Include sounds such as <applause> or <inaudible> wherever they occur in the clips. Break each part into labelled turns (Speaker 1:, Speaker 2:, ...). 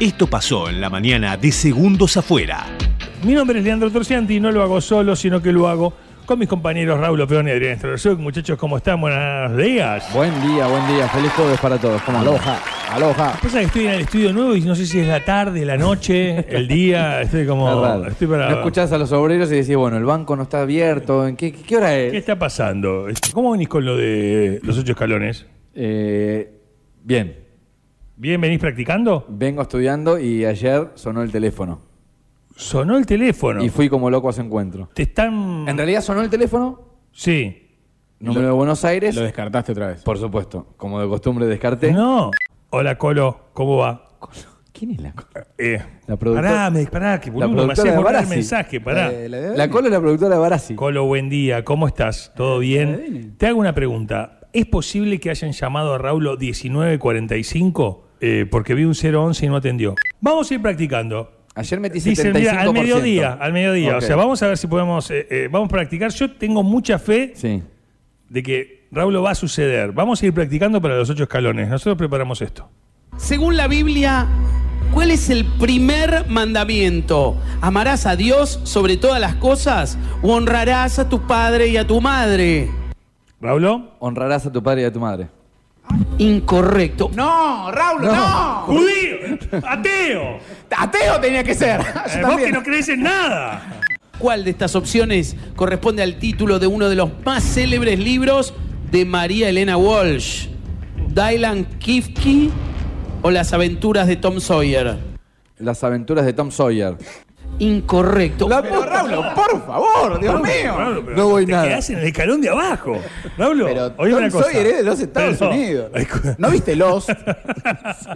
Speaker 1: Esto pasó en la mañana de Segundos Afuera.
Speaker 2: Mi nombre es Leandro Torcianti y no lo hago solo, sino que lo hago con mis compañeros Raúl Opeón y Adrián Estrasuk. Muchachos, ¿cómo están? Buenos días.
Speaker 3: Buen día, buen día. Feliz jueves para todos. ¿Cómo andan?
Speaker 4: Aloha, aloha.
Speaker 2: Pasa que estoy en el estudio nuevo y no sé si es la tarde, la noche, el día. Estoy
Speaker 3: Es
Speaker 2: como.
Speaker 3: raro.
Speaker 2: Estoy para.
Speaker 3: No escuchás a los obreros y decís, bueno, el banco no está abierto. ¿En qué, qué- qué hora
Speaker 2: ¿Qué
Speaker 3: es?
Speaker 2: está pasando? ¿Cómo venís con lo de los ocho escalones?
Speaker 3: Eh, bien,
Speaker 2: ¿Bien venís practicando?
Speaker 3: vengo estudiando y ayer sonó el teléfono.
Speaker 2: Sonó el teléfono.
Speaker 3: Y fui como loco a su encuentro.
Speaker 2: Te están.
Speaker 3: En realidad sonó el teléfono,
Speaker 2: Sí.
Speaker 3: número de Buenos Aires.
Speaker 4: Lo descartaste otra vez.
Speaker 3: Por supuesto, como de costumbre descarté.
Speaker 2: No. Hola, Colo, ¿cómo va?
Speaker 3: ¿Quién es la cola?
Speaker 2: Eh,
Speaker 3: La productora-
Speaker 2: pará, me, pará, que boludo, me
Speaker 3: productora
Speaker 2: hacés
Speaker 3: de
Speaker 2: borrar el
Speaker 3: Barassi.
Speaker 2: mensaje, pará.
Speaker 4: Eh, de
Speaker 3: La cola es la productora de Barassi.
Speaker 2: Colo, buen día, ¿cómo estás? ¿Todo bien? Te hago una pregunta. ¿Es posible que hayan llamado a Raulo 1945? Eh, porque vi un 011 y no atendió. Vamos a ir practicando.
Speaker 3: Ayer metí 75%.
Speaker 2: Dicen, mira, al mediodía, al mediodía.
Speaker 3: Ok.
Speaker 2: O sea, vamos a ver si podemos, eh, eh, vamos a practicar. Yo tengo mucha fe
Speaker 3: Sí.
Speaker 2: de que Raulo va a suceder. Vamos a ir practicando para los ocho escalones. Nosotros preparamos esto.
Speaker 5: Según la Biblia, ¿cuál es el primer mandamiento? ¿Amarás a Dios sobre todas las cosas o honrarás a tu padre y a tu madre?
Speaker 2: Raulo,
Speaker 3: Honrarás a tu padre y a tu madre.
Speaker 5: Incorrecto. No, Raúl, no.
Speaker 2: judío, <laughs> ateo.
Speaker 4: Ateo tenía que ser. Yo
Speaker 2: Eh, vos que
Speaker 4: también.
Speaker 2: no crees en nada.
Speaker 5: ¿Cuál de estas opciones corresponde al título de uno de los más célebres libros de María Elena Walsh? ¿Dylan Kifke o Las aventuras de Tom Sawyer?
Speaker 3: Las aventuras de Tom Sawyer.
Speaker 5: Incorrecto.
Speaker 4: La puta, Raulo, por favor, Dios mío.
Speaker 2: Raulo, pero
Speaker 3: no voy
Speaker 2: te
Speaker 3: nada.
Speaker 2: quedás en el escalón de abajo. Raulo,
Speaker 4: Pero
Speaker 2: oye una
Speaker 4: Tom
Speaker 2: cosa.
Speaker 4: Sawyer es de los Estados
Speaker 2: Pero-
Speaker 4: Unidos. ¿No viste Lost?
Speaker 2: <laughs>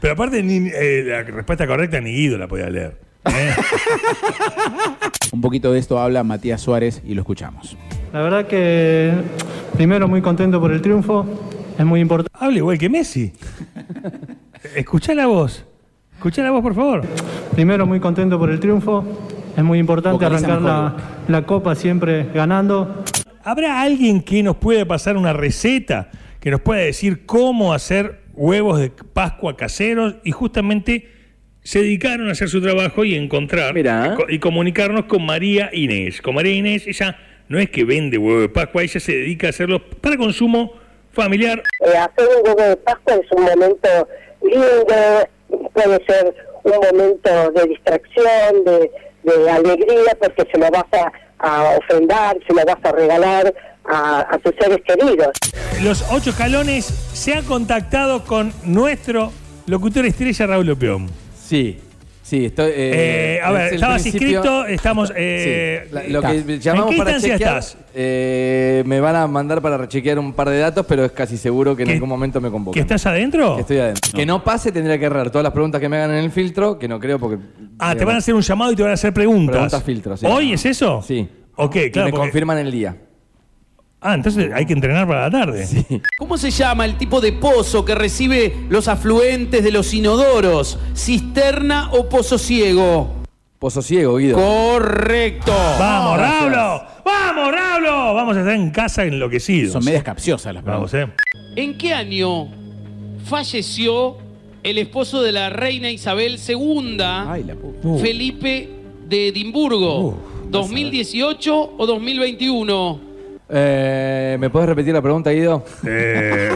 Speaker 2: Pero aparte, ni, eh, la respuesta correcta ni Guido la podía leer. ¿eh?
Speaker 4: <laughs> Un poquito de esto habla Matías Suárez y lo escuchamos.
Speaker 6: La verdad que primero muy contento por el triunfo, es muy importante.
Speaker 2: Habla igual que
Speaker 4: <laughs>
Speaker 2: Messi. Escuchá la voz. Escuchá la voz, por favor.
Speaker 6: Primero muy contento por el triunfo, es muy importante
Speaker 4: Vocaliza
Speaker 6: arrancar la, la copa siempre ganando.
Speaker 2: ¿Habrá alguien que nos pueda pasar una receta? Que nos pueda decir cómo hacer huevos de Pascua caseros y justamente se dedicaron a hacer su trabajo y encontrar
Speaker 3: Mirá.
Speaker 2: co- y comunicarnos con María Inés. Con María Inés, ella no es que vende huevos de Pascua, ella se dedica a hacerlos para consumo familiar.
Speaker 7: Eh, hacer un huevo de Pascua es un momento lindo, puede ser un momento de distracción, de, de alegría, porque se lo vas a, a ofrendar, se lo vas a regalar a, a tus seres queridos.
Speaker 2: Los ocho calones se han contactado con nuestro locutor estrella Raúl Opeón.
Speaker 3: Sí. Sí, estoy. eh,
Speaker 2: Eh, a ver,
Speaker 3: es el
Speaker 2: estabas
Speaker 3: principio-
Speaker 2: inscrito, estamos... eh,
Speaker 3: Sí, la- lo
Speaker 2: está.
Speaker 3: que llamamos
Speaker 2: ¿En qué
Speaker 3: para
Speaker 2: instancia
Speaker 3: chequear,
Speaker 2: estás?
Speaker 3: eh, me van a mandar para rechequear un par de datos, pero es casi seguro que en
Speaker 2: ¿Qué-
Speaker 3: algún momento me
Speaker 2: ¿Que
Speaker 3: convoquen.
Speaker 2: estás adentro?
Speaker 3: Que estoy adentro. Que no pase, tendría que errar todas las preguntas que me hagan en el filtro, que no creo porque.
Speaker 2: Ah, te
Speaker 3: digamos,
Speaker 2: van a hacer un llamado y te van a hacer preguntas.
Speaker 3: Preguntas filtro, sí.
Speaker 2: ¿Hoy es eso?
Speaker 3: Sí.
Speaker 2: Ok,
Speaker 3: que
Speaker 2: claro.
Speaker 3: me
Speaker 2: porque-
Speaker 3: confirman el día.
Speaker 2: Ah, entonces hay que entrenar para la tarde.
Speaker 5: ¿Cómo se llama el tipo de pozo que recibe los afluentes de los inodoros? ¿Cisterna o pozo ciego?
Speaker 3: Pozo ciego, Guido.
Speaker 5: Correcto.
Speaker 2: ¡Vamos,
Speaker 3: gracias.
Speaker 2: Rablo! ¡Vamos, Rablo! Vamos a estar en casa enloquecidos.
Speaker 4: Son medias capciosas las
Speaker 2: Vamos,
Speaker 4: preguntas.
Speaker 2: ¿eh?
Speaker 5: ¿En qué año falleció el esposo de la reina Isabel II,
Speaker 4: Ay, la puta.
Speaker 5: Felipe de Edimburgo?
Speaker 2: Uh,
Speaker 5: ¿2018 o 2021?
Speaker 3: Eh, ¿Me puedes repetir la pregunta, Guido?
Speaker 2: Eh,